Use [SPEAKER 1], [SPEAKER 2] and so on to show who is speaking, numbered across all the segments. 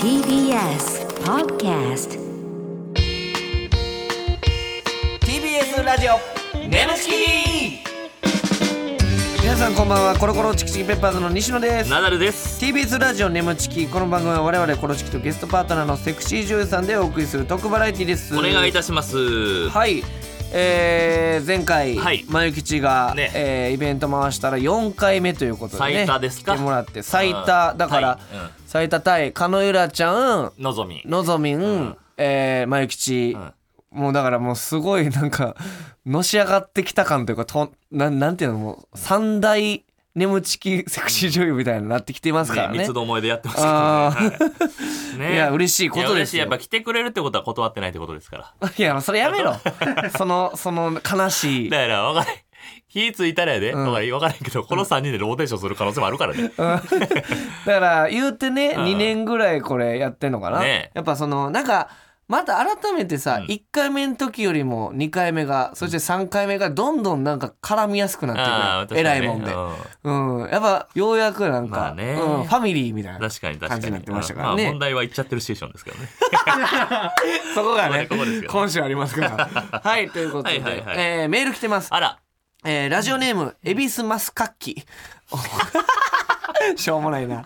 [SPEAKER 1] TBS Podcast
[SPEAKER 2] TBS ラジオ
[SPEAKER 3] ムチ
[SPEAKER 2] 皆さんこんばんはコロコロチキチキペッパーズの西野です
[SPEAKER 3] ナダルです。
[SPEAKER 2] TBS ラジオネムチキこの番組は我々コロチキとゲストパートナーのセクシー女優さんでお送りする特バラエティです
[SPEAKER 3] お願いいたします。
[SPEAKER 2] はいえー、前回、
[SPEAKER 3] はい
[SPEAKER 2] まゆきちが、
[SPEAKER 3] ね
[SPEAKER 2] えーイベント回したら4回目ということで、ね、
[SPEAKER 3] 最多ですか
[SPEAKER 2] 来てもらって最多だから、
[SPEAKER 3] はいうん
[SPEAKER 2] 最多対かのゆらちゃん
[SPEAKER 3] のぞみ。
[SPEAKER 2] のぞみん、えー、まゆきち、
[SPEAKER 3] ん
[SPEAKER 2] もうだからもうすごいなんかのし上がってきた感というかとなんなんていうのもう三大眠ちきセクシー女優みたいになってきてますか
[SPEAKER 3] ね
[SPEAKER 2] ら、ね。
[SPEAKER 3] 三つどもえでやってます
[SPEAKER 2] あ
[SPEAKER 3] けどね。
[SPEAKER 2] ー
[SPEAKER 3] はいね
[SPEAKER 2] いや嬉しいことですよ
[SPEAKER 3] や嬉しいやっぱ来てくれるってことは断ってないってことですから。
[SPEAKER 2] いやそれやめ ろそのその悲しい
[SPEAKER 3] だから、わかんない。火ついたらやで。
[SPEAKER 2] ん
[SPEAKER 3] わかんないわかんないけど、この3人でローテーションする可能性もあるからね。
[SPEAKER 2] だから言うてね
[SPEAKER 3] ん
[SPEAKER 2] 2年ぐらいこれやってんのかな、
[SPEAKER 3] ね
[SPEAKER 2] やっぱそのなんかまた改めてさ、一1回目の時よりも2回目がそして3回目がどんどんなんか絡みやすくな
[SPEAKER 3] あ
[SPEAKER 2] っ
[SPEAKER 3] ー
[SPEAKER 2] てくる、
[SPEAKER 3] 確か
[SPEAKER 2] 偉
[SPEAKER 3] に
[SPEAKER 2] い
[SPEAKER 3] ね
[SPEAKER 2] もんで、
[SPEAKER 3] う
[SPEAKER 2] うん、やっぱようやくなんか、
[SPEAKER 3] まあね
[SPEAKER 2] うん、ファミリーみたいな
[SPEAKER 3] 確かに確か
[SPEAKER 2] 感
[SPEAKER 3] に。
[SPEAKER 2] じになってましたから
[SPEAKER 3] うんまあ
[SPEAKER 2] ね
[SPEAKER 3] 問、題は言っちゃってるシチュエーションですけどね。
[SPEAKER 2] そこがね
[SPEAKER 3] ここですよね
[SPEAKER 2] 今週ありますから はいということで、
[SPEAKER 3] はいはいはい
[SPEAKER 2] えーメール来てます
[SPEAKER 3] あら、
[SPEAKER 2] えーラジオネーム、エビスマスカッキ。 しょうもないな。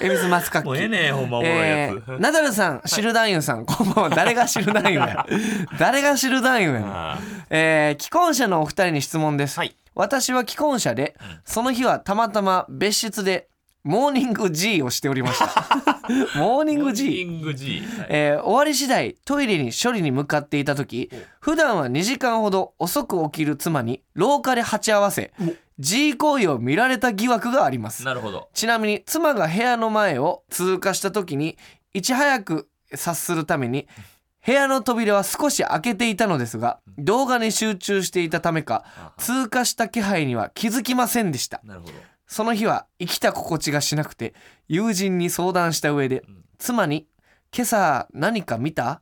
[SPEAKER 2] エビスマスカッキ。
[SPEAKER 3] もうええねんほんまおもろいやつ
[SPEAKER 2] えーナダルさん、シルダンユンさん、こんばんは。誰がシルダン ユンや。誰がシルダンユンやねん。
[SPEAKER 3] あ
[SPEAKER 2] えー既婚者のお二人に質問です。
[SPEAKER 3] はい
[SPEAKER 2] 私は既婚者で、その日はたまたま別室で、モーニング G をしておりました。モーニング G?
[SPEAKER 3] キング G。はい
[SPEAKER 2] えー終わり次第トイレに処理に向かっていた時普段は2時間ほど遅く起きる妻に廊下で鉢合わせ G 行為を見られた疑惑があります
[SPEAKER 3] なるほど。
[SPEAKER 2] ちなみに妻が部屋の前を通過した時にいち早く察するために部屋の扉は少し開けていたのですが動画に集中していたためか通過した気配には気づきませんでした
[SPEAKER 3] なるほど。
[SPEAKER 2] その日は生きた心地がしなくて友人に相談した上で妻に「今朝何か見た? 」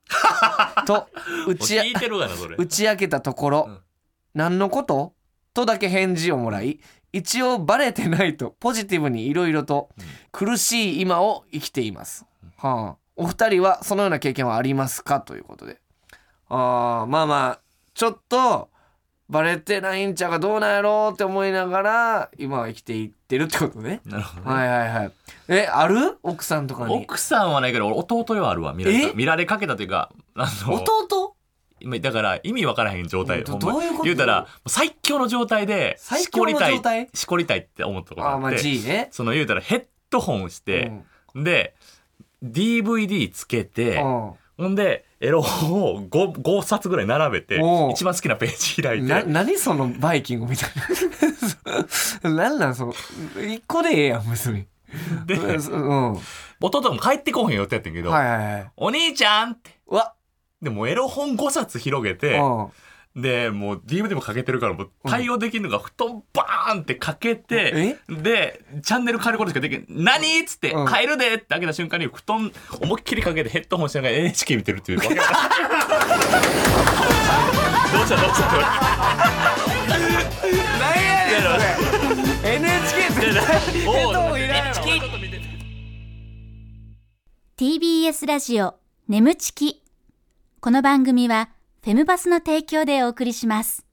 [SPEAKER 2] と打
[SPEAKER 3] もう
[SPEAKER 2] ちあ
[SPEAKER 3] 聞いてるがな、それ。
[SPEAKER 2] 打ち明けたところ
[SPEAKER 3] うん
[SPEAKER 2] 「何のこと?」とだけ返事をもらい一応バレてないとポジティブにいろいろと苦しい今を生きています。はあ、お二人はそのような経験はありますかということで。あーまあまあちょっとバレてないんちゃうかどうなんやろうって思いながら今は生きていってるってことね。
[SPEAKER 3] なるほど。
[SPEAKER 2] はいはいはい。え、ある奥さんとかに。
[SPEAKER 3] 奥さんはないけど俺弟よあるわ見られ
[SPEAKER 2] え
[SPEAKER 3] た見られかけたというかあの
[SPEAKER 2] 弟
[SPEAKER 3] 今だから意味わからへん状態
[SPEAKER 2] ど
[SPEAKER 3] ほんま
[SPEAKER 2] どういうこと
[SPEAKER 3] 言うたら最強の状態で
[SPEAKER 2] 最
[SPEAKER 3] し
[SPEAKER 2] 強
[SPEAKER 3] こ
[SPEAKER 2] の
[SPEAKER 3] りた
[SPEAKER 2] 状態
[SPEAKER 3] いしこりたいって思ったこと
[SPEAKER 2] あー、
[SPEAKER 3] が
[SPEAKER 2] ま
[SPEAKER 3] あっ
[SPEAKER 2] あ
[SPEAKER 3] て
[SPEAKER 2] G ね。
[SPEAKER 3] その言うたらヘッドホンして、で DVD つけて、
[SPEAKER 2] う
[SPEAKER 3] ほんでエロ本を 5, 5冊ぐらい並べて
[SPEAKER 2] おう
[SPEAKER 3] 一番好きなページ開
[SPEAKER 2] ん。
[SPEAKER 3] い
[SPEAKER 2] な、
[SPEAKER 3] て
[SPEAKER 2] 何そのバイキングみたいな。 なんなんその、一個でええやん、別に。
[SPEAKER 3] で
[SPEAKER 2] うんうん。は
[SPEAKER 3] 弟も帰ってこうへんよってやってんけ
[SPEAKER 2] い
[SPEAKER 3] ど「
[SPEAKER 2] はいはい。
[SPEAKER 3] お兄ちゃん!」って
[SPEAKER 2] うわ
[SPEAKER 3] でもうエロ本5冊広げて、
[SPEAKER 2] うん。
[SPEAKER 3] で、もう DVD もかけてるから、もう対応できるのが布団バーンってかけて、で、チャンネル変えることしかできない。何っつって、
[SPEAKER 2] うん
[SPEAKER 3] 変えるでって開けた瞬間に布団思いっきりかけてヘッドホンしながら NHK 見てる っていう。わけわからんどうしたどうしたって
[SPEAKER 2] 何やねん、それ。NHK 絶対ヘ
[SPEAKER 3] 言われ
[SPEAKER 2] ッドホンいらんやろ
[SPEAKER 4] TBS ラジオ眠ちきこの番組はフェムバスの提供でお送りします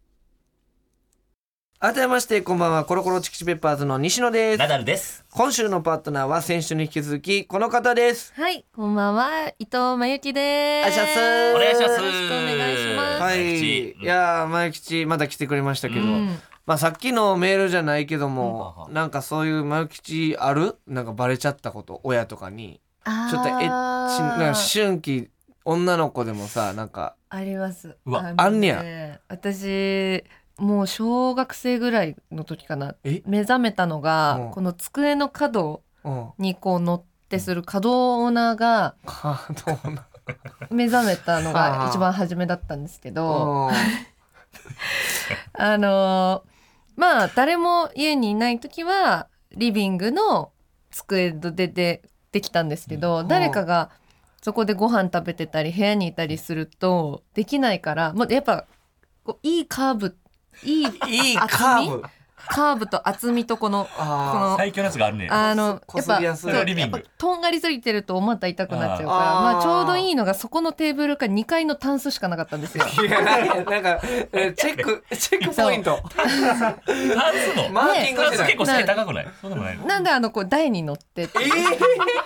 [SPEAKER 2] 改めまして、こんばんは。コロコロチキチペッパーズの西野です
[SPEAKER 3] ナ。ダルです。
[SPEAKER 2] 今週のパートナーは先週に引き続き、この方です。
[SPEAKER 5] はい、こんばんは、伊藤真由紀で
[SPEAKER 2] あ
[SPEAKER 5] す。
[SPEAKER 2] しゃす
[SPEAKER 3] お願いします。
[SPEAKER 5] よろしくお願いします
[SPEAKER 2] はい。いやー、前吉、まだ来てくれましたけど。
[SPEAKER 5] うん
[SPEAKER 2] まあ、さっきのメールじゃないけども、なんかそういう前吉あるなんかバレちゃったこと親とかに
[SPEAKER 5] あー
[SPEAKER 2] ちょっとエッチなんか春季女の子でもさなんか
[SPEAKER 5] あります。
[SPEAKER 3] うわ
[SPEAKER 5] のね
[SPEAKER 2] あんね。
[SPEAKER 5] 私、もう小学生ぐらいの時かな
[SPEAKER 2] え。
[SPEAKER 5] 目覚めたの
[SPEAKER 2] う
[SPEAKER 5] が
[SPEAKER 2] ん、
[SPEAKER 5] この机の角
[SPEAKER 2] うん
[SPEAKER 5] にこう乗ってする角オーナーが
[SPEAKER 2] かどうな
[SPEAKER 5] 目覚めたの
[SPEAKER 2] あー
[SPEAKER 5] が一番初めだったんですけど、
[SPEAKER 2] うん
[SPEAKER 5] あのーまあ、誰も家にいない時は、リビングの机で出て、できたんですけど、
[SPEAKER 2] ん
[SPEAKER 5] 誰かがそこでご飯食べてたり部屋にいたりするとできないからもうやっぱこういいカーブいい
[SPEAKER 2] いいカーブ
[SPEAKER 5] カーブと厚みとこの
[SPEAKER 2] あ
[SPEAKER 3] 最強のやつがあるね
[SPEAKER 5] あの
[SPEAKER 2] こすこ
[SPEAKER 5] やっ
[SPEAKER 2] す
[SPEAKER 5] ぱ
[SPEAKER 2] りやすい
[SPEAKER 5] そう
[SPEAKER 3] リビング
[SPEAKER 5] やっぱとんがりすぎてるとお股痛くなっちゃうから
[SPEAKER 2] あー
[SPEAKER 5] まあ、ちょうどいいのがそこのテーブルか2階のタンスしかなかったんですよ。
[SPEAKER 2] ーいやなんかなんかえチェッ クチェックポイント
[SPEAKER 3] タンス の
[SPEAKER 2] マーキング
[SPEAKER 3] タ
[SPEAKER 2] して
[SPEAKER 3] ンス
[SPEAKER 2] ない
[SPEAKER 3] 結構背高くないそうでもないの
[SPEAKER 5] なんであのこう台に乗ってて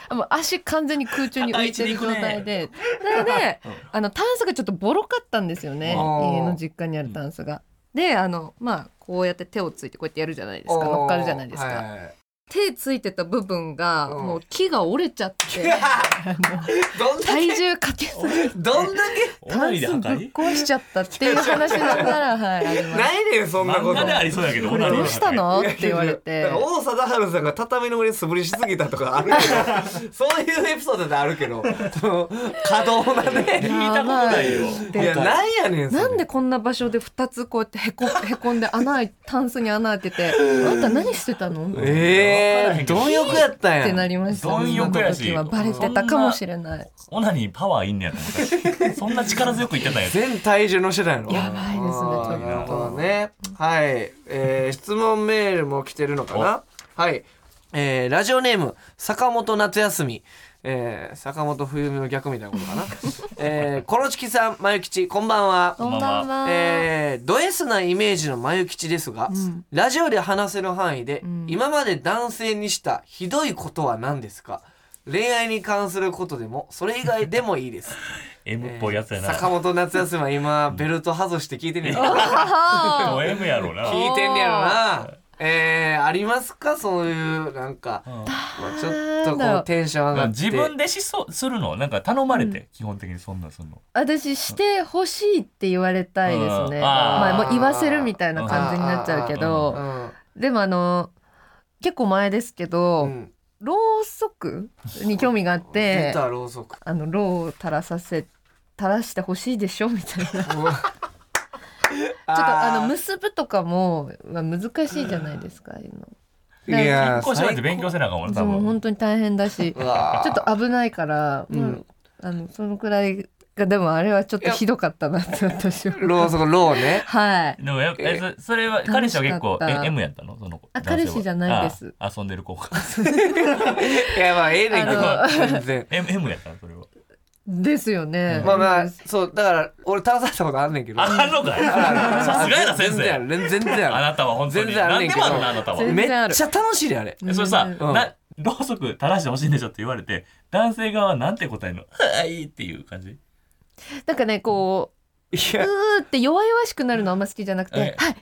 [SPEAKER 2] え
[SPEAKER 5] もう足完全に空中に浮いてる状態で、なので、あのタンスがちょっとボロかったんですよね
[SPEAKER 2] あー
[SPEAKER 5] 家の実家にあるタンスが。であのまあこうやって手をついてこうやってやるじゃないですか乗っかるじゃないですか。
[SPEAKER 2] はいはいはい
[SPEAKER 5] 手ついてた部分が
[SPEAKER 2] うん
[SPEAKER 5] もう木が折れちゃって、
[SPEAKER 2] どんだ
[SPEAKER 5] 体重かけすぎ
[SPEAKER 2] け
[SPEAKER 5] て
[SPEAKER 2] どんだ
[SPEAKER 3] お
[SPEAKER 5] タ
[SPEAKER 3] な
[SPEAKER 5] ン
[SPEAKER 3] りで
[SPEAKER 5] ス
[SPEAKER 3] 破
[SPEAKER 5] ぶっ
[SPEAKER 3] 壊
[SPEAKER 5] 壊しちゃったっていう話だからはいあり
[SPEAKER 2] け
[SPEAKER 5] ます。
[SPEAKER 2] ないねんそんなこ
[SPEAKER 3] 漫
[SPEAKER 2] と
[SPEAKER 3] 画でありそうだけど
[SPEAKER 5] これどうしたのっ
[SPEAKER 2] いや
[SPEAKER 5] て言われ
[SPEAKER 2] だ
[SPEAKER 5] て
[SPEAKER 2] から王貞治さんが畳の上で素振りしすぎたとかある けどそういうエピソードであるけ どその可動なね
[SPEAKER 3] 聞いたことないよ
[SPEAKER 2] いやなんやねんそれ
[SPEAKER 5] なんでこんな場所で2つこうやってへこ へこんで穴開いタンスに穴開けて「あんた何してたの?」っ
[SPEAKER 2] ええー、貪欲やったんや
[SPEAKER 5] てなりました
[SPEAKER 3] 貪欲やし
[SPEAKER 5] その時はバレてたかもしれない
[SPEAKER 3] オナにパワーいんねやと思ったそんな力強く言ってたんやつ
[SPEAKER 2] 全体重乗せてたんやろ
[SPEAKER 5] やばいですね
[SPEAKER 2] あー
[SPEAKER 5] ちょっと
[SPEAKER 2] なるほどねはい、えー、質問メールも来てるのかなはい、えー、ラジオネーム坂本夏休みえー、坂本冬美の逆みたいなことかな えー、コロチキさんまゆきちこんばんは
[SPEAKER 5] こんばんは、
[SPEAKER 2] えード S なイメージの眉吉ですが、ラジオで話せる範囲で、今まで男性にしたひどいことは何ですか恋愛に関することでもそれ以外でもいい です、
[SPEAKER 3] M っぽいやつやな
[SPEAKER 2] 坂本夏休みは今ベルト外して 聞いてんねやろ
[SPEAKER 3] で も M やろうな
[SPEAKER 2] 聞いてんねやろなえー、ありますかそういうなんか、まあ、ちょっと
[SPEAKER 5] なんだ
[SPEAKER 2] こ
[SPEAKER 5] ろ
[SPEAKER 2] う
[SPEAKER 5] う
[SPEAKER 2] テンション上がって
[SPEAKER 3] 自分でしそするのなんか頼まれて、基本的にそんなんするの
[SPEAKER 5] 私してほしいって言われたいですね、
[SPEAKER 3] うん
[SPEAKER 5] ま
[SPEAKER 3] あー
[SPEAKER 5] あ、もう言わせるみたいな感じになっちゃうけ
[SPEAKER 2] う
[SPEAKER 5] ど
[SPEAKER 2] ん、
[SPEAKER 5] でもあの結構前ですけど、
[SPEAKER 2] うん、
[SPEAKER 5] ろうそくに興味があっ
[SPEAKER 2] 出
[SPEAKER 5] て
[SPEAKER 2] たろうそ く
[SPEAKER 5] あのろうを垂らさせ垂らしてほしいでしょみたいなちょっ
[SPEAKER 2] ちょっと
[SPEAKER 5] とあの結ぶとかもまあ難しいじゃないですかああいうの
[SPEAKER 2] いや
[SPEAKER 3] 結婚しない
[SPEAKER 2] ー
[SPEAKER 3] と勉強せなあかんもんな多
[SPEAKER 5] もう
[SPEAKER 3] 分
[SPEAKER 5] 本当に大変 だしち
[SPEAKER 2] うわー
[SPEAKER 5] ょっと危ないから、
[SPEAKER 2] うん
[SPEAKER 5] まああのそのくらいがでもあれはちょっとひどかったなって私は
[SPEAKER 2] ローそこロー ね。
[SPEAKER 5] はい
[SPEAKER 3] でもやっぱえそそれは彼氏は結構
[SPEAKER 5] 楽しかった
[SPEAKER 3] え M やったのその子
[SPEAKER 5] あ
[SPEAKER 3] 男性は
[SPEAKER 5] 彼氏じゃないです
[SPEAKER 3] あ遊んでる子が
[SPEAKER 2] いやまあええねんけど
[SPEAKER 5] あ
[SPEAKER 2] 全然。
[SPEAKER 3] M, M やったのそ れは
[SPEAKER 5] ですよね、
[SPEAKER 2] まあまあそうだから俺倒されたことあんねんけど。
[SPEAKER 3] ああんのかいさすがやな先
[SPEAKER 2] 全然あ
[SPEAKER 3] 生
[SPEAKER 2] る全然
[SPEAKER 3] あ
[SPEAKER 2] あ
[SPEAKER 3] なたは本当
[SPEAKER 2] 全
[SPEAKER 3] に
[SPEAKER 2] 然あんねん
[SPEAKER 3] 何で
[SPEAKER 2] けど
[SPEAKER 3] もあるなあなたは
[SPEAKER 2] る。
[SPEAKER 5] 全
[SPEAKER 2] めっ
[SPEAKER 5] 然ある
[SPEAKER 2] ちゃ楽しいであれ。
[SPEAKER 3] えそれさ、
[SPEAKER 2] うん
[SPEAKER 3] なろうそく垂らしてほしいんでしょって言われて男性側はなんて答えるの はいっていう感じ
[SPEAKER 5] なんかねこ
[SPEAKER 2] いうや
[SPEAKER 5] うーって弱々しくなるのあんま好きじゃなくて「
[SPEAKER 3] ええ
[SPEAKER 5] はい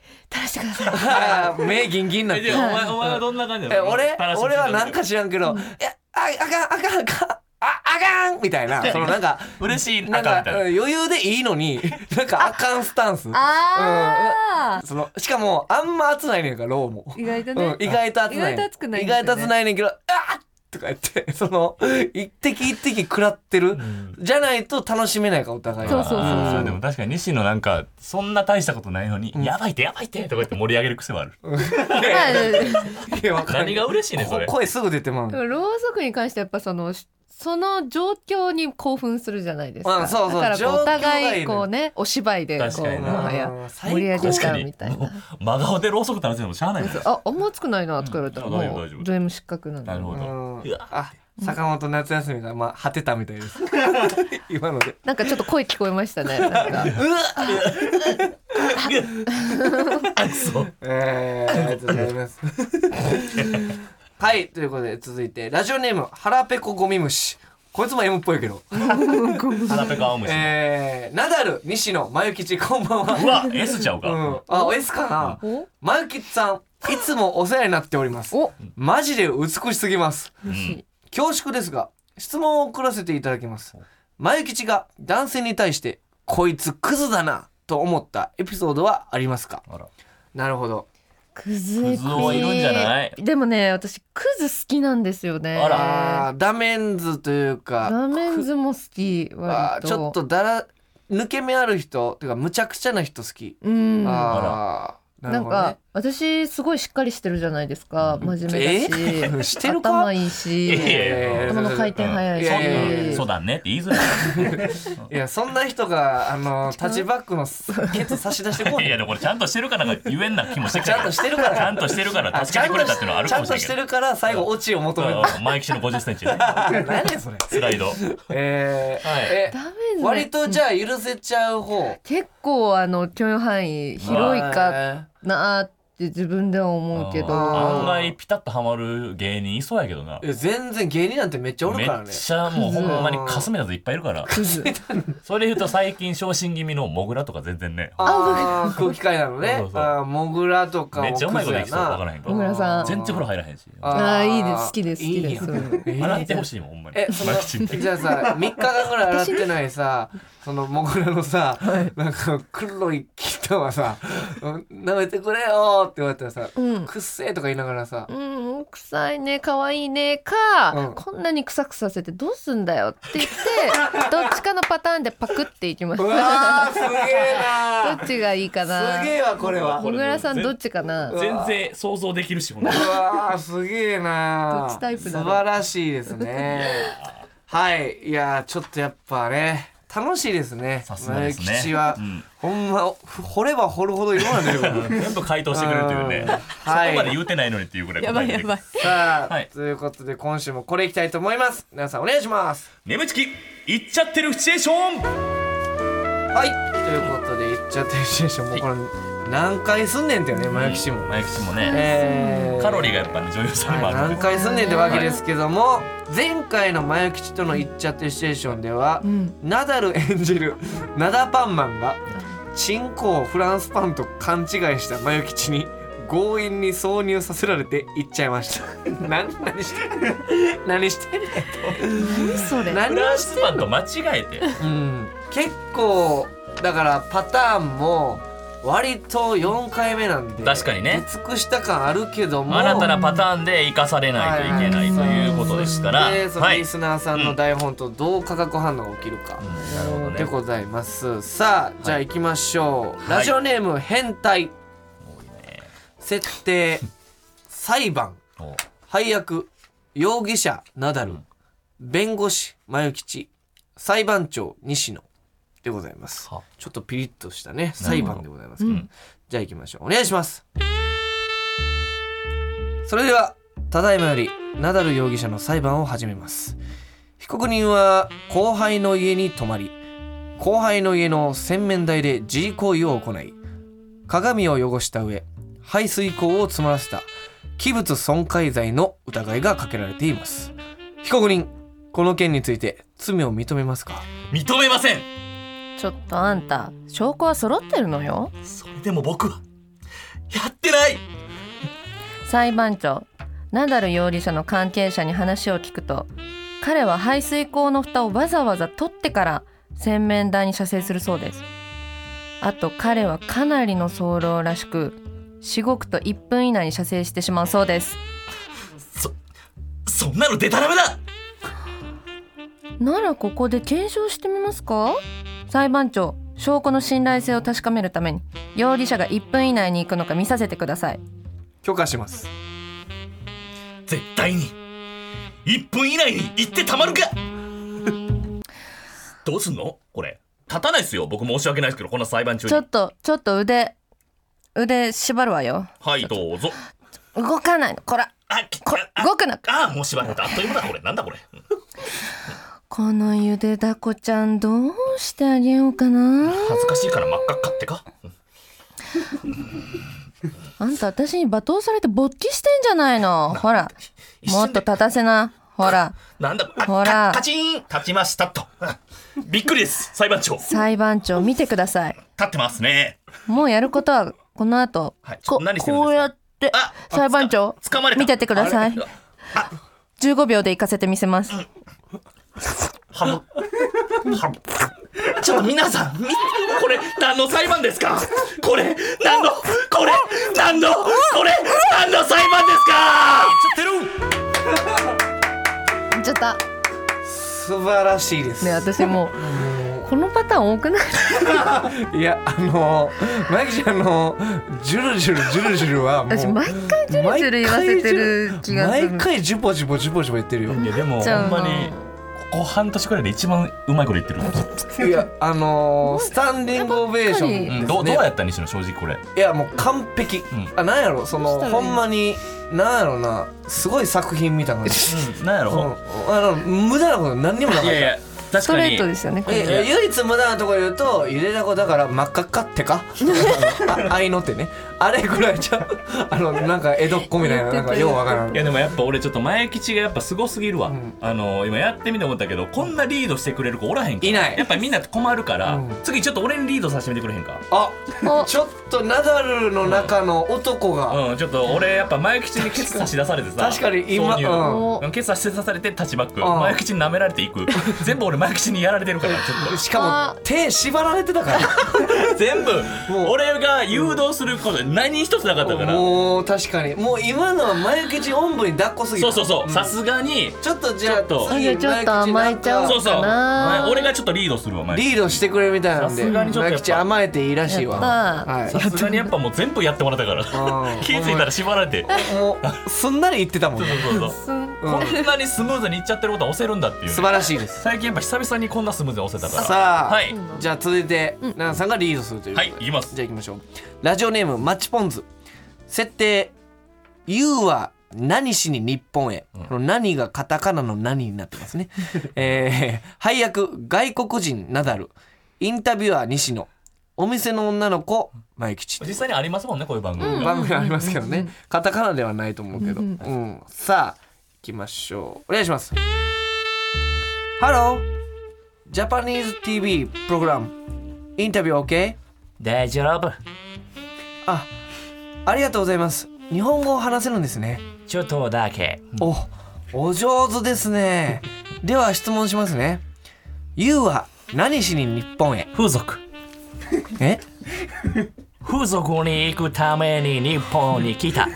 [SPEAKER 5] 垂らしてくだ さい」
[SPEAKER 2] あー目ギンギンになっ
[SPEAKER 3] え
[SPEAKER 2] て
[SPEAKER 3] で
[SPEAKER 2] る
[SPEAKER 3] お。前お前はどんな感じな
[SPEAKER 2] え
[SPEAKER 3] の
[SPEAKER 2] 俺
[SPEAKER 3] 垂らしてほしい
[SPEAKER 2] 俺はなんか知らんけどいやああかんあかんあかんああかんみたい なそのなんか。
[SPEAKER 3] 嬉しい
[SPEAKER 2] な
[SPEAKER 3] なんん
[SPEAKER 2] か
[SPEAKER 3] か
[SPEAKER 2] う
[SPEAKER 3] み
[SPEAKER 2] ん
[SPEAKER 3] たいな
[SPEAKER 2] 余裕でいいのになんかあかんスタンス
[SPEAKER 5] あ
[SPEAKER 2] そのしかもあんま熱ないねんからローも
[SPEAKER 5] ー意外とね、
[SPEAKER 2] うん、意外と熱ない
[SPEAKER 5] 意外と熱くないん
[SPEAKER 2] 意
[SPEAKER 5] ですよね
[SPEAKER 2] 外と熱ないねんけど「あっ!」とか言って その一滴一滴食らってる、じゃないと楽しめないからお互い
[SPEAKER 5] そう
[SPEAKER 2] が
[SPEAKER 5] そうそう
[SPEAKER 3] あ
[SPEAKER 5] そ
[SPEAKER 3] ー
[SPEAKER 5] う
[SPEAKER 3] でも確かに西野なんかそんな大したことないのに、やばいってやばいってとか言って盛り上げる癖はある、
[SPEAKER 5] まあ
[SPEAKER 2] いやわかんない
[SPEAKER 3] 何が嬉しいねんそれ
[SPEAKER 2] こ声すぐ出てまう
[SPEAKER 5] で
[SPEAKER 2] の
[SPEAKER 5] もろうそくに関してはやっぱそのしその状況に興奮するじゃないですか、
[SPEAKER 2] うんそうそう
[SPEAKER 5] だからこうお
[SPEAKER 2] 状況がいい
[SPEAKER 5] 互
[SPEAKER 2] ね
[SPEAKER 5] いこうねお芝居でこ
[SPEAKER 3] 確
[SPEAKER 5] う
[SPEAKER 3] かにな
[SPEAKER 5] もはや
[SPEAKER 2] うん
[SPEAKER 5] 盛り上げ
[SPEAKER 3] 確
[SPEAKER 5] ちゃ
[SPEAKER 3] か
[SPEAKER 5] う
[SPEAKER 3] に
[SPEAKER 5] みたい
[SPEAKER 3] もう
[SPEAKER 5] な。
[SPEAKER 3] 真顔でろうそく垂らせるのもしゃあない
[SPEAKER 5] そう
[SPEAKER 3] ね
[SPEAKER 5] そうああんま熱くないなって言われたら
[SPEAKER 3] うん
[SPEAKER 5] も
[SPEAKER 3] 大丈夫大丈
[SPEAKER 5] う
[SPEAKER 3] 夫
[SPEAKER 5] ド M 失格なんだ
[SPEAKER 3] なるほど、
[SPEAKER 2] うん
[SPEAKER 3] うわ
[SPEAKER 2] あ坂本夏休みがまあ果てたみたいです 今ので
[SPEAKER 5] なんかちょっと声聞こえましたねなんか
[SPEAKER 3] あそう
[SPEAKER 2] えー、ありがとうございますはいということで続いてラジオネーム腹ペコゴミ虫こいつも M っぽいけど、
[SPEAKER 3] 腹ペコ青虫の、
[SPEAKER 2] えー、ナダル西野真由吉こんばんは
[SPEAKER 3] うわ S ちゃうか、
[SPEAKER 2] うん、あ、お S かな
[SPEAKER 5] お。
[SPEAKER 2] マユキッツさん、いつもお世話になっております。
[SPEAKER 5] お
[SPEAKER 2] マジで美しすぎます。
[SPEAKER 5] 虫
[SPEAKER 2] 恐縮ですが、質問を送らせていただきます。マユキチが男性に対して、こいつクズだなと思ったエピソードはありますか。
[SPEAKER 3] あら
[SPEAKER 2] なるほど。
[SPEAKER 5] クズエピ
[SPEAKER 3] クズ男いるんじゃない
[SPEAKER 5] でもね私クズ好きなんですよね
[SPEAKER 3] あら
[SPEAKER 2] あー、ダメンズというか、
[SPEAKER 5] ラーメンズも好き
[SPEAKER 2] あ
[SPEAKER 5] 割
[SPEAKER 2] ー
[SPEAKER 5] と
[SPEAKER 2] ちょっとだら抜け目ある人、ていうか無茶苦茶な人好き。
[SPEAKER 5] うん
[SPEAKER 2] ああ、
[SPEAKER 5] なんか私すごいしっかりしてるじゃないですか真面目だし、
[SPEAKER 2] え してるか
[SPEAKER 5] 頭い いし
[SPEAKER 3] いやいやいや
[SPEAKER 5] 頭の回転早いし、
[SPEAKER 2] いやいやいや
[SPEAKER 3] うんそうだねって言いづらい。
[SPEAKER 2] いやそんな人があのタッチバックのケツ差し出してこ
[SPEAKER 3] い
[SPEAKER 2] い
[SPEAKER 3] やでもこれちゃんとしてるかなんか言えんな気もしてき
[SPEAKER 2] ち
[SPEAKER 3] た
[SPEAKER 2] ゃんとしてるから
[SPEAKER 3] ちゃんとしてるから助けてくれたっていうのはある
[SPEAKER 2] ち
[SPEAKER 3] か
[SPEAKER 2] ゃ
[SPEAKER 3] も
[SPEAKER 2] ん
[SPEAKER 3] し
[SPEAKER 2] と
[SPEAKER 3] れな
[SPEAKER 2] し
[SPEAKER 3] い
[SPEAKER 2] て
[SPEAKER 3] けど
[SPEAKER 2] るから最後オチを求める
[SPEAKER 3] うん前岸の50センチね
[SPEAKER 2] 何やねんそれ
[SPEAKER 3] スライド
[SPEAKER 2] えー
[SPEAKER 3] はい
[SPEAKER 2] え
[SPEAKER 5] ダメですね
[SPEAKER 2] 割とじゃあ許せちゃう方
[SPEAKER 5] 結構あの許容範囲広いか
[SPEAKER 2] あ
[SPEAKER 5] なーって自分では思うけ
[SPEAKER 2] あ
[SPEAKER 5] ど
[SPEAKER 3] 案外ピタッとハマる芸人いそうやけどな
[SPEAKER 2] ーえ全然芸人なんてめっちゃおる
[SPEAKER 3] め
[SPEAKER 2] から
[SPEAKER 3] っ
[SPEAKER 2] ね
[SPEAKER 3] ちゃもうほんまにかすめたやついっぱいいるから
[SPEAKER 5] クズ
[SPEAKER 3] それで言うと最近昇進気味のモグラとか全然ね
[SPEAKER 2] あー空気階段のね
[SPEAKER 3] そうそうそう
[SPEAKER 2] あーモグラとか
[SPEAKER 3] めっちゃうまいことできそうわからへんけど
[SPEAKER 5] モグラさん
[SPEAKER 3] 全然風呂入らへんし
[SPEAKER 5] あーいいです好きです好きです
[SPEAKER 3] 洗ってほ
[SPEAKER 2] い
[SPEAKER 3] しいもんほんまに
[SPEAKER 2] えそ
[SPEAKER 3] マキシン
[SPEAKER 2] のじゃあさ3日間ぐらい洗ってないさそのモグラのさなんか黒いキットはさ「うん舐めてくれよ」って言われたらさ「
[SPEAKER 5] うん
[SPEAKER 2] くっせえ」とか言いながらさ
[SPEAKER 5] うん、臭いね可愛いねか、
[SPEAKER 2] うん
[SPEAKER 5] こんなに臭くさせてどうすんだよって言って どっちかのパターンでパクっていき
[SPEAKER 2] 「
[SPEAKER 5] まし
[SPEAKER 2] う
[SPEAKER 5] た
[SPEAKER 2] わーすげえな
[SPEAKER 5] どっちがいいかな
[SPEAKER 2] すげえわこれは
[SPEAKER 5] 小倉さんどっちかな
[SPEAKER 2] う
[SPEAKER 3] 全然想像できるしほんまに
[SPEAKER 2] うわーすげえなー
[SPEAKER 5] どっちタイプだろ
[SPEAKER 2] 素
[SPEAKER 5] う
[SPEAKER 2] 晴らしいですねはいいやーちょっとやっぱね楽しいですね
[SPEAKER 3] さすがですね
[SPEAKER 2] 前吉は、
[SPEAKER 3] うん
[SPEAKER 2] ほんまふ掘れば掘るほど色が出る から
[SPEAKER 3] 全部回答してくれるという
[SPEAKER 2] う
[SPEAKER 3] ね
[SPEAKER 2] ん
[SPEAKER 3] そこ
[SPEAKER 2] はい
[SPEAKER 3] まで言うてないのにっていうぐらい
[SPEAKER 5] やばいやばい
[SPEAKER 2] さあ、
[SPEAKER 3] はい
[SPEAKER 2] ということで今週もこれいきたいと思います皆さんお願いします
[SPEAKER 3] 眠ちきいっちゃってるシチュエーション
[SPEAKER 2] はいということでいっちゃってるシチュエーションもうこれ何回すんねんってよね前岸も、
[SPEAKER 3] マイクシもね
[SPEAKER 2] えー
[SPEAKER 3] カロリーがやっぱね女優さんにも
[SPEAKER 2] はい、
[SPEAKER 3] ある
[SPEAKER 2] 何
[SPEAKER 3] んで
[SPEAKER 2] 回すんねんってわけですけども、前回の「前吉との言っちゃってるシチュエーション」では、
[SPEAKER 5] ん
[SPEAKER 2] ナダル演じるナダパンマンがチンコをフランスパンと勘違いした前吉に強引に挿入させられて行っちゃいました。 何何してんねん何してんねん
[SPEAKER 5] 何それ
[SPEAKER 2] 何
[SPEAKER 3] フランスパンと間違えて
[SPEAKER 2] うん、結構だからパターンも割と4回目なんで
[SPEAKER 3] 確かにね
[SPEAKER 2] 尽くした感あるけども
[SPEAKER 3] 新たなパターンで生かされないといけないということですから
[SPEAKER 2] でその
[SPEAKER 3] はい
[SPEAKER 2] リスナーさんの台本とどう化学反応が起きるか、
[SPEAKER 3] うんなるほど
[SPEAKER 2] で
[SPEAKER 3] ね
[SPEAKER 2] ございますさあじゃあ行きましょう、
[SPEAKER 3] はい
[SPEAKER 2] ラジオネーム変態
[SPEAKER 3] 多いね
[SPEAKER 2] 設定裁判
[SPEAKER 3] お
[SPEAKER 2] 配役容疑者ナダル、弁護士前吉裁判長西野でございます
[SPEAKER 3] は
[SPEAKER 2] ちょっとピリッとしたね裁判でございますけ
[SPEAKER 3] う
[SPEAKER 2] ど、
[SPEAKER 3] ん
[SPEAKER 2] じゃあ行きましょうお願いしますそれではただいまよりナダル容疑者の裁判を始めます被告人は後輩の家に泊まり後輩の家の洗面台で自慰行為を行い鏡を汚した上排水口を詰まらせた器物損壊罪の疑いがかけられています被告人この件について罪を認めますか
[SPEAKER 3] 認めません
[SPEAKER 5] ちょっとあんた証拠は揃ってるのよ
[SPEAKER 3] それでも僕はやってない
[SPEAKER 5] 裁判長ナダル容疑者の関係者に話を聞くと彼は排水口の蓋をわざわざ取ってから洗面台に射精するそうですあと彼はかなりの早漏らしく至極と1分以内に射精してしまうそうです
[SPEAKER 3] そそんなのデタラメだ
[SPEAKER 5] ならここで検証してみますか裁判長証拠の信頼性を確かめるために容疑者が1分以内に行くのか見させてください
[SPEAKER 2] 許可します
[SPEAKER 3] 絶対に1分以内に行ってたまるかどうすんのこれ立たないっすよ僕申し訳ないですけどこんな裁判中
[SPEAKER 5] ちょ
[SPEAKER 3] に
[SPEAKER 5] っとちょっと腕腕縛るわよ
[SPEAKER 3] はいどうぞ
[SPEAKER 5] 動かないのこら
[SPEAKER 3] あき
[SPEAKER 5] こ
[SPEAKER 3] あ
[SPEAKER 5] 動くな
[SPEAKER 3] ああもう縛られたあっという間だこれなんだこれ
[SPEAKER 5] このゆでだこちゃんどうしてあげようかな
[SPEAKER 3] 恥ずかしいから真っ赤っかってか
[SPEAKER 5] あんた私に罵倒されて勃起してんじゃないのほら
[SPEAKER 3] 一
[SPEAKER 5] も
[SPEAKER 3] 瞬
[SPEAKER 5] っ
[SPEAKER 3] で
[SPEAKER 5] と立たせな ほら
[SPEAKER 3] なんだあ
[SPEAKER 5] ほ
[SPEAKER 3] か
[SPEAKER 5] ら
[SPEAKER 3] カチン立ちましたと びっくりです裁判長立
[SPEAKER 5] 裁判長見てください
[SPEAKER 3] ってますね
[SPEAKER 5] もうやることはこの後、
[SPEAKER 3] はい
[SPEAKER 5] こ
[SPEAKER 3] 何してるんですか
[SPEAKER 5] こうやって
[SPEAKER 3] ああ
[SPEAKER 5] 裁判長
[SPEAKER 3] つか掴まれた
[SPEAKER 5] 見ててください
[SPEAKER 3] あれ
[SPEAKER 5] 15秒で行かせてみせます
[SPEAKER 3] ハム。ハム。ちょっと皆さん、み、これ、何の裁判ですかこれ、何の、これ、何の、これ、何の裁判ですか
[SPEAKER 5] ちょっと
[SPEAKER 2] 素晴らしいです
[SPEAKER 5] ね私もうこのパターン多くない
[SPEAKER 2] いやあのマキちゃんのジュルジュルジュルジュルはもう
[SPEAKER 5] 私毎回ジュルジュル言わせてる気がする
[SPEAKER 2] 毎回ジュポジュポジュポジュポ言ってるよ
[SPEAKER 3] いやでも
[SPEAKER 5] ちゃ
[SPEAKER 3] ほ
[SPEAKER 5] うんな
[SPEAKER 3] まにここ半年くらいで一番うまいこと言ってる、
[SPEAKER 2] いやあのー、スタンディングオベーションです、
[SPEAKER 3] う
[SPEAKER 2] ね
[SPEAKER 3] ん、どうどうやったにしろ正直これ
[SPEAKER 2] いやもう完璧、
[SPEAKER 3] ん
[SPEAKER 2] あなんやろその
[SPEAKER 5] どうしたらいい
[SPEAKER 2] ほんまになんやろなすごい作品みたいな感じ、
[SPEAKER 3] うん、なんや
[SPEAKER 2] う
[SPEAKER 3] ろ、
[SPEAKER 2] ん、あの無駄なこと何にもなかっ
[SPEAKER 3] い
[SPEAKER 2] た
[SPEAKER 3] やいや確
[SPEAKER 5] スト
[SPEAKER 3] か
[SPEAKER 5] レ
[SPEAKER 3] に
[SPEAKER 5] ートですよねこ
[SPEAKER 2] え
[SPEAKER 5] れ
[SPEAKER 2] え唯一無駄なとこ言うとゆでだこだから真っ赤っかって かあ愛のってねあれぐらいちゃうあのなんか江戸っ子みたいななんかようわからん
[SPEAKER 3] いやでもやっぱ俺ちょっと前吉がやっぱすごすぎるわ、
[SPEAKER 2] ん
[SPEAKER 3] あの今やってみて思ったけどこんなリードしてくれる子おらへんから
[SPEAKER 2] いない
[SPEAKER 3] やっぱみんな困るから、
[SPEAKER 2] うん
[SPEAKER 3] 次ちょっと俺にリードさせてみてくれへんか
[SPEAKER 2] あ
[SPEAKER 5] お
[SPEAKER 2] ちょっとナダルの中の男が、
[SPEAKER 3] うんちょっと俺やっぱ前吉にケツ差し出されてさ
[SPEAKER 2] 確かに今
[SPEAKER 3] 挿入
[SPEAKER 2] うん
[SPEAKER 3] うんケツ差し出されてタッチバック
[SPEAKER 2] ん
[SPEAKER 3] 前吉に舐められていく全部俺前吉にやられて るからちょっと
[SPEAKER 2] しかも手縛られてたか
[SPEAKER 3] 全部
[SPEAKER 2] もう
[SPEAKER 3] 俺が誘導すること何一つなかったからら
[SPEAKER 2] もう確かにもう今のは眉吉おんぶに抱っこすぎ
[SPEAKER 3] そ
[SPEAKER 2] た
[SPEAKER 3] うそうそうさ
[SPEAKER 2] ん
[SPEAKER 3] すがに
[SPEAKER 2] ちょっとじゃあ
[SPEAKER 3] ちょっと
[SPEAKER 2] 次
[SPEAKER 5] あじゃあちょっと甘えちゃお
[SPEAKER 3] そうそう
[SPEAKER 5] かな
[SPEAKER 3] 前俺がちょっとリードするわ前吉
[SPEAKER 2] リードしてくれるみたいなんで
[SPEAKER 3] さすがにちょっとや
[SPEAKER 2] 眉
[SPEAKER 3] っぱ
[SPEAKER 2] 吉甘えていいらしいわ
[SPEAKER 5] やった
[SPEAKER 2] はい
[SPEAKER 3] さすがにやっぱもう全部やってもらったから
[SPEAKER 2] うん
[SPEAKER 3] 気づいたら縛られて
[SPEAKER 2] もうすんなり言ってたもん
[SPEAKER 3] そう
[SPEAKER 2] ね
[SPEAKER 3] そうそう
[SPEAKER 2] うん
[SPEAKER 3] こんなにスムーズにいっちゃってることは押せるんだっていう
[SPEAKER 2] 素晴らしいです
[SPEAKER 3] 最近やっぱ久々にこんなスムーズに押せたから
[SPEAKER 2] さあ、
[SPEAKER 3] はい
[SPEAKER 2] じゃあ続いて奈々、さんがリードするということ
[SPEAKER 3] は
[SPEAKER 2] で、
[SPEAKER 3] いいきます
[SPEAKER 2] じゃあ行きましょうラジオネームマッチポンズ設定「YOU は何しに日本へ」この「何」がカタカナの「何」になって ますねえー配役外国人ナダルインタビュアー西野お店の女の子前吉
[SPEAKER 3] 実際にありますもんねこういう番組、
[SPEAKER 2] 番組ありますけどねカタカナではないと思うけど、うんさあ行きましょうお願いしますハロージャパニーズ TV プログラムインタビュー OK?
[SPEAKER 3] 大丈夫
[SPEAKER 2] あありがとうございます日本語を話せるんですね
[SPEAKER 3] ちょっとだけ
[SPEAKER 2] おお上手です ねでは質問しますね YOU は何しに日本へ
[SPEAKER 3] 風俗
[SPEAKER 2] え
[SPEAKER 3] 風俗に行くために日本に来 た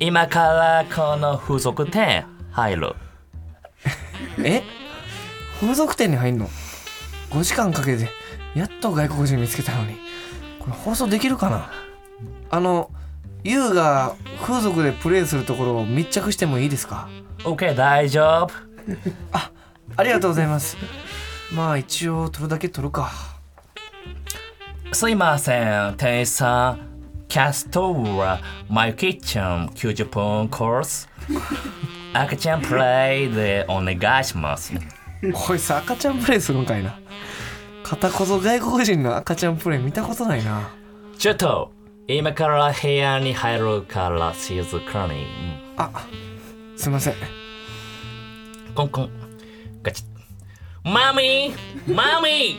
[SPEAKER 3] 今からこの風俗店入る
[SPEAKER 2] え風俗店に入んの5時間かけてやっと外国人見つけたのにこれ放送できるかなあのユウが風俗でプレイするところを密着してもいいですか
[SPEAKER 3] OK 大丈夫
[SPEAKER 2] ありがとうございますまあ一応撮るだけ撮るか
[SPEAKER 3] すいません店員さんキャストはマイキッチン90分コー ス赤ちゃんプレイでお願いします
[SPEAKER 2] こいつ赤ちゃんプレイするんかいな片こぞ外国人の赤ちゃんプレイ見たことないな
[SPEAKER 3] ちょっと今から部屋に入るから静かに
[SPEAKER 2] あすいません
[SPEAKER 3] うんコンコンガチッマミーマミー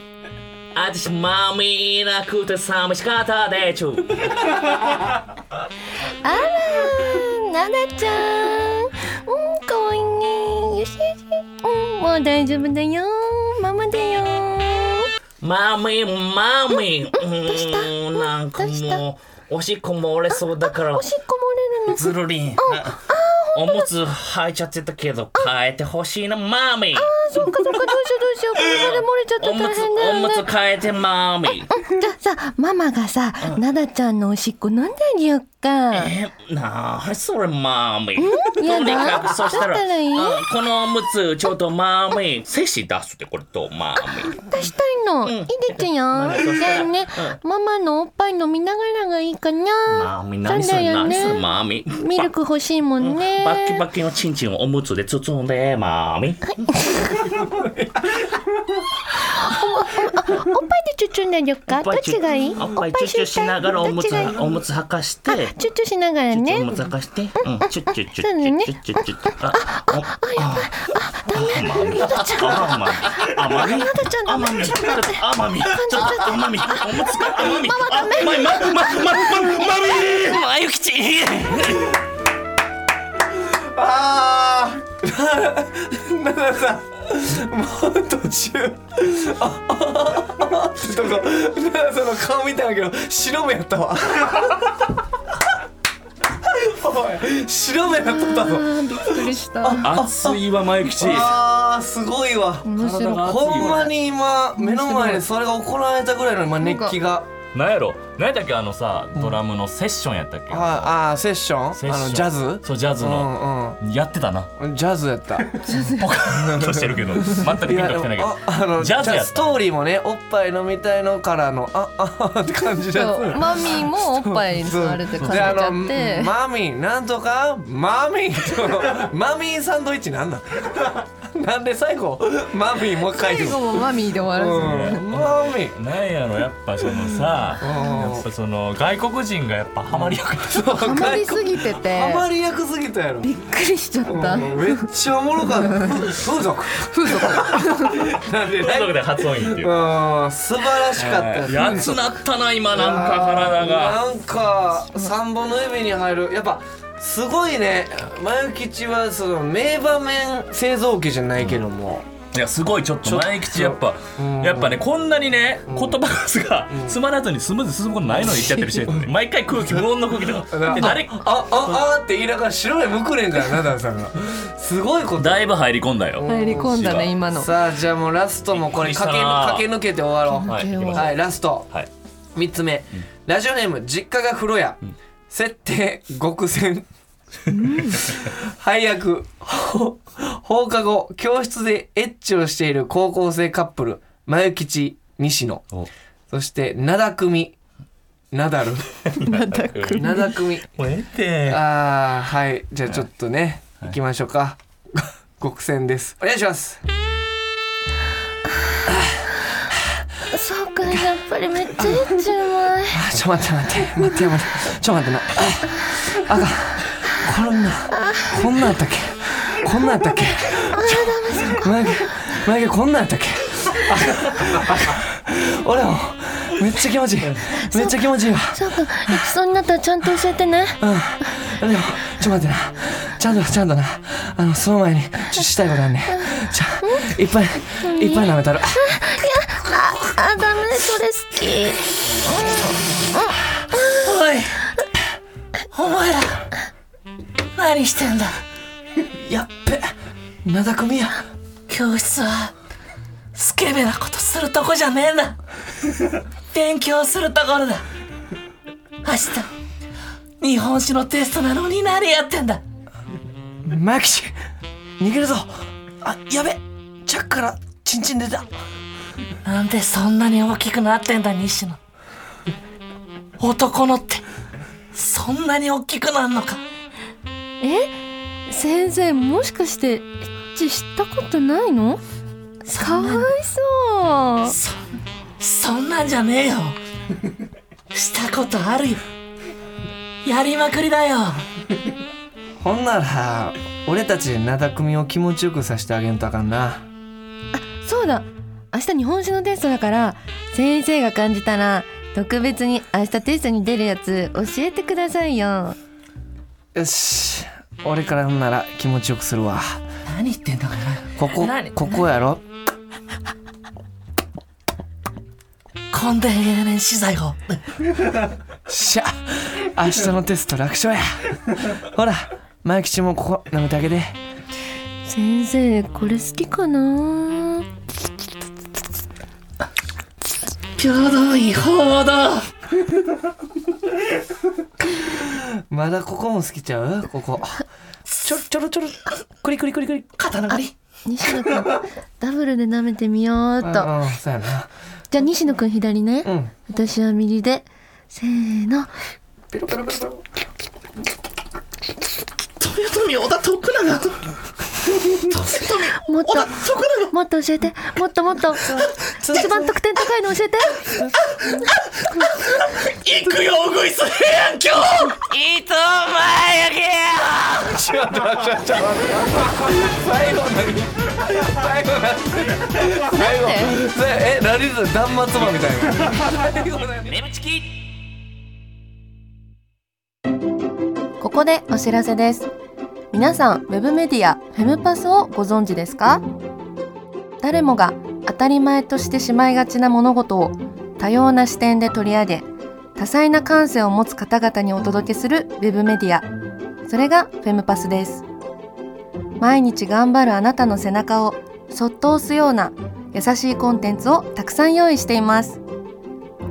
[SPEAKER 3] あたしマミーいなくて寂しかったでちゅ
[SPEAKER 5] あらななちゃんうんかわいいねよしよしうんもう大丈夫だよママだよ
[SPEAKER 3] マミーマミーうーんなんかもうおしっこ漏れそうだから
[SPEAKER 5] おしっこ漏れるの
[SPEAKER 3] ずるりん。おむつ履いちゃってたけど、変えてほしいな、マーミー。
[SPEAKER 5] そっかそっかどうしようどうしようこれまで漏れちゃった
[SPEAKER 3] おむ
[SPEAKER 5] 大
[SPEAKER 3] つ、
[SPEAKER 5] 変だよ
[SPEAKER 3] お
[SPEAKER 5] ね
[SPEAKER 3] むつ変えて、マーミー。
[SPEAKER 5] じゃあさママがさ、ななちゃんのおしっこ飲んであげようか
[SPEAKER 3] え、なあ、それ、マーミー。
[SPEAKER 5] やだ
[SPEAKER 3] とにかくそしたら、
[SPEAKER 5] だったらいい
[SPEAKER 3] うんこのおむつ、ちょっとマーミー、精子出すって、これと、マーミー。
[SPEAKER 5] 出したいの、いいですよじゃあね、ママのおっぱい飲みながらがいいか
[SPEAKER 3] マ
[SPEAKER 5] な
[SPEAKER 3] ーミー、何する、何する、マーミー。
[SPEAKER 5] ミルク欲しいもんね
[SPEAKER 3] バッキバキのチンチンをおむつで包んで、マーミー。
[SPEAKER 5] おっぱいでチュッチュになるかどっちがいい
[SPEAKER 3] おっぱいチュッチュしながらおむつ、
[SPEAKER 5] どっちがいい
[SPEAKER 3] おむつ履かして。
[SPEAKER 5] チュッチュしながら
[SPEAKER 3] ちょっと
[SPEAKER 5] ね
[SPEAKER 3] もざかして。うん。チュッチュッチュ
[SPEAKER 5] そうだ
[SPEAKER 3] ッ
[SPEAKER 5] ね
[SPEAKER 3] チュッチュッチュッチュッチュッ。あ、あ、あ、ダメ。あ、あ、まみ。あ、まみ。あ、まみ。ちょっと、あ、まみ。おむつか、あ、まみ。あ、まみ。ま、ま、ま、ま、まみ。まゆきち。
[SPEAKER 2] あーななさんもう途中あああってとこななさんの顔見たんだけど白目やったわほ
[SPEAKER 6] 白目が取ったぞ
[SPEAKER 5] びっくりした
[SPEAKER 3] 熱いわ前吉
[SPEAKER 2] あーすごいわ
[SPEAKER 5] 面白かっ
[SPEAKER 2] ほんまに今目の前でそれが行われたぐらいの今熱気が
[SPEAKER 3] なんやろなんやったっけあのさドラムのセッションやったっけ
[SPEAKER 2] ああーセッション
[SPEAKER 3] セッション
[SPEAKER 2] あのジャズ
[SPEAKER 3] そうジャズ
[SPEAKER 2] う
[SPEAKER 3] の
[SPEAKER 2] ん
[SPEAKER 3] やってたな
[SPEAKER 2] うんジャズやった
[SPEAKER 3] ポカーンとしてるけど全く
[SPEAKER 2] い
[SPEAKER 3] ピン
[SPEAKER 2] や
[SPEAKER 3] ときてないけど
[SPEAKER 2] ああの
[SPEAKER 3] ジャズやった
[SPEAKER 2] ストーリーもねおっぱい飲みたいのからのあああって感じだ
[SPEAKER 5] た
[SPEAKER 2] っ
[SPEAKER 5] そう
[SPEAKER 2] た
[SPEAKER 5] マミーもおっぱいにあれって感じち
[SPEAKER 2] であ
[SPEAKER 5] ゃ
[SPEAKER 2] の
[SPEAKER 5] って
[SPEAKER 2] マミーなんとかマミーとマミーサンドイッチなん なんなんで最後マミーもう一回
[SPEAKER 5] 最
[SPEAKER 2] 言うの
[SPEAKER 5] 後もマミーで終わ
[SPEAKER 2] う
[SPEAKER 5] るんで
[SPEAKER 2] んマミー
[SPEAKER 3] なんやろやっぱそのさやっぱその外国人がやっぱハマりやすい
[SPEAKER 5] すよハマりすぎてて
[SPEAKER 2] あまり役すぎたやろ
[SPEAKER 5] びっくりしちゃった
[SPEAKER 2] うんめっちゃおもろかった風俗
[SPEAKER 5] 風俗
[SPEAKER 2] なんで
[SPEAKER 3] 家族で発音いいっていう
[SPEAKER 2] うん素晴らしかったです
[SPEAKER 3] やつなったな今なんか体が
[SPEAKER 2] なんか3本の指に入るやっぱすごいね前吉はその名場面製造機じゃないけども、
[SPEAKER 3] いやすごいちょっと前吉やっぱ
[SPEAKER 2] うん
[SPEAKER 3] やっぱねこんなにね言葉数が詰まらずにスムーズに進むことないのに言っちゃってるし毎回空気無音の空気だからで誰
[SPEAKER 2] ああああって言いながら白目むくれん からなダンさんがすごいこと
[SPEAKER 3] だいぶ入り込んだよ
[SPEAKER 5] 入り込んだね今の
[SPEAKER 2] さあじゃあもうラストもこれ
[SPEAKER 3] びっくりした
[SPEAKER 2] 駆け駆
[SPEAKER 3] な
[SPEAKER 2] け抜けて終わろう
[SPEAKER 3] はい行きましょう
[SPEAKER 2] はい、ラスト、
[SPEAKER 3] はい
[SPEAKER 2] 3つ目、ラジオネーム実家が風呂屋、設定極戦配役ほ放課後教室でエッチをしている高校生カップル前吉西野
[SPEAKER 3] お
[SPEAKER 2] そして灘組ナダル灘組
[SPEAKER 3] もうええって
[SPEAKER 2] ああはいじゃあちょっとね、行きましょうか極戦ですお願いします
[SPEAKER 4] そうかやっぱりめっちゃエッチうまい
[SPEAKER 2] あちょ待って待って待って待ってちょ待ってなああかんこんなこんなんやったっけこんなんやったっけちょ眉毛眉毛こんなんやったっけあかんあかん俺もめっちゃ気持ちいいめっちゃ気持ちいいわ
[SPEAKER 4] そうかエきそうになったらちゃんと教えてね
[SPEAKER 2] うんでもちょっと待ってなちゃんとちゃんとなあのその前にちょっとしたいことあんねんじゃあいっぱいいっぱい舐めたる
[SPEAKER 4] あダメそれ好き
[SPEAKER 2] おいお前ら何してんだやっべなだ組や
[SPEAKER 7] 教室はスケベなことするとこじゃねえんだ勉強するところだ明日日本史のテストなのに何やってんだ
[SPEAKER 2] マキシ逃げるぞあやべチャックからチンチン出た
[SPEAKER 7] なんでそんなに大きくなってんだ西野男のってそんなに大きくなんのか
[SPEAKER 4] 先生もしかしてエッチしたことないのかわいそう
[SPEAKER 7] そんなんじゃねえよしたことあるよやりまくりだよ
[SPEAKER 2] ほんなら俺たちでなだ組を気持ちよくさせてあげんとあかんな
[SPEAKER 5] そうだ明日日本史のテストだから先生が感じたら特別に明日テストに出るやつ教えてくださいよ
[SPEAKER 2] よし俺からほんなら気持ちよくするわ
[SPEAKER 7] 何言ってんだかな
[SPEAKER 2] ここ
[SPEAKER 7] 何
[SPEAKER 2] ここやろ
[SPEAKER 7] コンデ永年資材を
[SPEAKER 2] しゃ明日のテスト楽勝やほらマキシもここ舐めてあげて
[SPEAKER 4] 先生これ好きかな
[SPEAKER 7] 平等違法だ
[SPEAKER 2] まだここも好きちゃうここちょちょろちょろクリクリクリクリ
[SPEAKER 7] 肩のり
[SPEAKER 4] 西野く んダブルで舐めてみようっと
[SPEAKER 2] うんうんそうやな
[SPEAKER 4] じゃあ西野くん左ね、
[SPEAKER 2] うん
[SPEAKER 4] 私は右でせーの
[SPEAKER 7] 豊臣織田徳永と
[SPEAKER 4] もっともっと教えてもっと もっと一番得点高いの教えて
[SPEAKER 7] 行くようぐいするやん今日伊藤前焼
[SPEAKER 2] 最後何最後何最後えラリーズ断末魔みたいな
[SPEAKER 5] ここでお知らせです皆さんウェブメディアフェムパスをご存知ですか誰もが当たり前としてしまいがちな物事を多様な視点で取り上げ多彩な感性を持つ方々にお届けするウェブメディアそれがフェムパスです毎日頑張るあなたの背中をそっと押すような優しいコンテンツをたくさん用意しています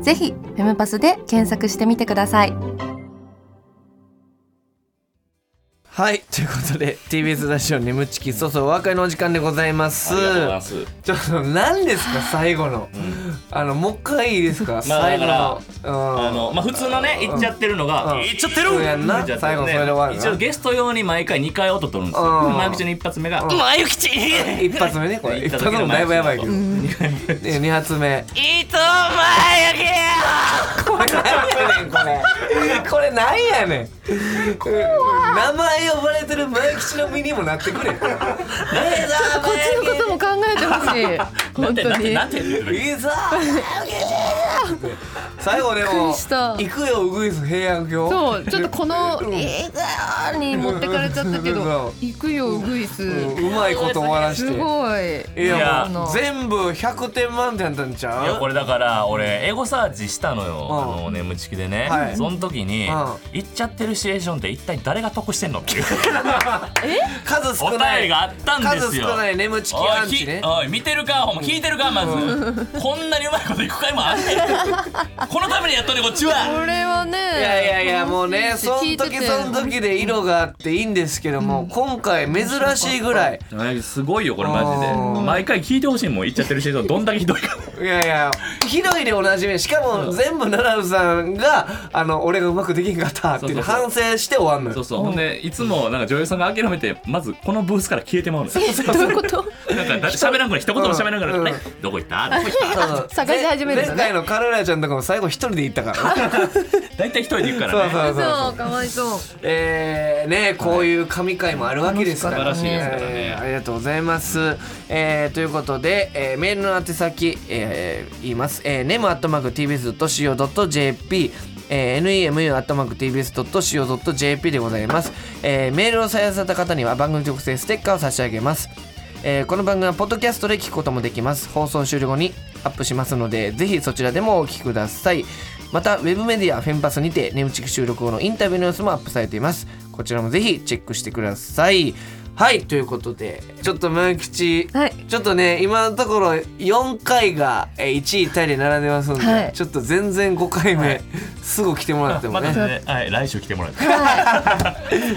[SPEAKER 5] ぜひフェムパスで検索してみてください
[SPEAKER 2] はいということで TBS ラジオ「眠ちきそそお別れのお時間でございます
[SPEAKER 3] ありがとうございます。
[SPEAKER 2] ちょっと何ですか最後の、あのもう一回いいですか、
[SPEAKER 3] まあ
[SPEAKER 2] 最後の
[SPEAKER 3] あ
[SPEAKER 2] うん
[SPEAKER 3] のまあ、普通のね、言っちゃってるのが、
[SPEAKER 2] うん
[SPEAKER 3] 言っちゃってる
[SPEAKER 2] そうやんな
[SPEAKER 3] 言っちゃって
[SPEAKER 2] 最後それで終わるな
[SPEAKER 3] 一応ゲスト用に毎回2回音取るんですよ。
[SPEAKER 2] うん
[SPEAKER 3] マイク中の一発目が、
[SPEAKER 2] ん
[SPEAKER 3] マイク中
[SPEAKER 2] 一発目ねこれ
[SPEAKER 3] 言っ
[SPEAKER 2] 一
[SPEAKER 3] た
[SPEAKER 2] 発
[SPEAKER 3] 時
[SPEAKER 2] 目
[SPEAKER 3] の
[SPEAKER 2] もだ
[SPEAKER 3] マイ
[SPEAKER 2] い
[SPEAKER 3] ク
[SPEAKER 2] ぶ
[SPEAKER 3] 中
[SPEAKER 2] やばい
[SPEAKER 3] の音
[SPEAKER 2] けど、で二発目これ何やねんこれこれ何やねん名前呼ばれてる前吉の身にもなってくれ
[SPEAKER 5] こっちのことも考えてほしい
[SPEAKER 3] な
[SPEAKER 5] 本
[SPEAKER 3] んて、な
[SPEAKER 5] 当
[SPEAKER 3] んて、
[SPEAKER 5] に
[SPEAKER 3] なんて言ってる
[SPEAKER 2] いいぞ最後で
[SPEAKER 5] びっく
[SPEAKER 2] も
[SPEAKER 5] りした
[SPEAKER 2] 行くよウグイス平安京
[SPEAKER 5] そうちょっとこの「えーに持ってかれちゃったけ
[SPEAKER 2] うん
[SPEAKER 5] ど「 行くよウグイス」
[SPEAKER 2] うんうまいこと終わらして
[SPEAKER 5] すごい
[SPEAKER 2] い
[SPEAKER 3] いや
[SPEAKER 2] や
[SPEAKER 5] あ
[SPEAKER 2] も
[SPEAKER 5] の
[SPEAKER 2] う全部100点満点だったんち
[SPEAKER 3] いや
[SPEAKER 2] ゃ
[SPEAKER 3] こ
[SPEAKER 2] う
[SPEAKER 3] れだから俺エゴサーチしたのよ、
[SPEAKER 2] うん
[SPEAKER 3] あの眠ちきでね、
[SPEAKER 2] はい
[SPEAKER 3] その時に、
[SPEAKER 2] うん
[SPEAKER 3] 言っちゃってるシチュエーションって一体誰が得してんのって いう
[SPEAKER 2] 数少
[SPEAKER 3] お便
[SPEAKER 2] な
[SPEAKER 3] り
[SPEAKER 2] い
[SPEAKER 3] があったんで
[SPEAKER 2] 数
[SPEAKER 3] す
[SPEAKER 2] 少
[SPEAKER 3] よ
[SPEAKER 2] ない眠ちき
[SPEAKER 3] お
[SPEAKER 2] ア
[SPEAKER 3] い
[SPEAKER 2] ン
[SPEAKER 3] ひ
[SPEAKER 2] チね
[SPEAKER 3] おい見てるかほんま聞いてるかまず、こんなにうまいこといくか今あんね んこのためにやっとんねんこっちは
[SPEAKER 5] これはね
[SPEAKER 2] いやいやいやもうねそ
[SPEAKER 5] 聞
[SPEAKER 2] ん
[SPEAKER 5] いてて
[SPEAKER 2] 時そん時で色があっていいんですけども、今回珍しいぐらい
[SPEAKER 3] すごいよこれ
[SPEAKER 2] マジで
[SPEAKER 3] 毎回聞いてほしいもん言っちゃってるシチュエーションどんだけひどいか
[SPEAKER 2] いやいや広いでおなじみしかも全部奈良さんがあの俺がうまくできんかったっていうの
[SPEAKER 3] そうそう
[SPEAKER 2] 反省して終わんの
[SPEAKER 3] そう
[SPEAKER 2] よ
[SPEAKER 3] そうほんでいつもなんか女優さんが諦めてまずこのブースから消えてまうのよ
[SPEAKER 5] どういうこと
[SPEAKER 3] なんかだ喋らんくらい一言も喋らんくらい、
[SPEAKER 2] うん
[SPEAKER 3] えどこ行ったどこ行った
[SPEAKER 2] そう
[SPEAKER 5] 探し始めるのね
[SPEAKER 2] 前回のカルラちゃんとかも最後一人で行ったから
[SPEAKER 3] 大体一人で行くか
[SPEAKER 2] そ
[SPEAKER 3] ら
[SPEAKER 2] う
[SPEAKER 3] ね
[SPEAKER 2] そうそう
[SPEAKER 5] そうかわいそう
[SPEAKER 2] えー、ねこういう神回もあるわけですから、
[SPEAKER 3] 楽しかったね素晴らしいですからね
[SPEAKER 2] えーありがとうございます、えーということで、えーメールの宛先、えー言います、えー、n e m u t b s c o j p えー、nemu.tbs.co.jp でございます、えーメールを採用された方には番組特製ステッカーを差し上げます、えーこの番組はポッドキャストで聞くこともできます放送終了後にアップしますのでぜひそちらでもお聞きくださいまたウェブメディアフェンパスにて眠ちき収録後のインタビューの様子もアップされていますこちらもぜひチェックしてくださいはいということでちょっと前吉、
[SPEAKER 5] はい
[SPEAKER 2] ちょっとね今のところ4回がえー1位タイで並んでますので、
[SPEAKER 5] はい
[SPEAKER 2] ちょっと全然5回目、すぐ来てもらっても
[SPEAKER 3] また
[SPEAKER 2] ね、
[SPEAKER 3] ね、はい、来週来てもらって。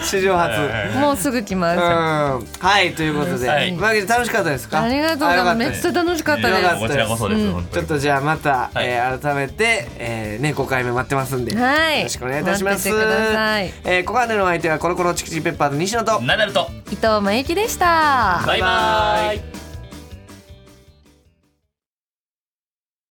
[SPEAKER 2] 史上初。
[SPEAKER 5] もうすぐ来ま
[SPEAKER 2] うん
[SPEAKER 5] す
[SPEAKER 2] はいということで、
[SPEAKER 3] はい
[SPEAKER 2] 前吉楽しかったですか
[SPEAKER 5] ありがとうござい
[SPEAKER 2] あよ
[SPEAKER 5] ます
[SPEAKER 2] かった
[SPEAKER 5] め
[SPEAKER 2] で
[SPEAKER 5] っちゃ楽しかった
[SPEAKER 2] よか
[SPEAKER 5] で
[SPEAKER 2] っ
[SPEAKER 5] す
[SPEAKER 3] こちらこそです。本当
[SPEAKER 2] ちょ
[SPEAKER 3] に
[SPEAKER 2] っとじゃあまた、
[SPEAKER 3] はい
[SPEAKER 2] えー改めて、えーね5回目待ってますんで、
[SPEAKER 5] はい
[SPEAKER 2] よろしくお願いいたします。
[SPEAKER 5] 待っててください
[SPEAKER 2] えー、ここまでのお相手はコロコロチキチキペッパーズ西野と
[SPEAKER 3] ナダルと、
[SPEAKER 5] 伊藤真由紀でした
[SPEAKER 3] バイバイ。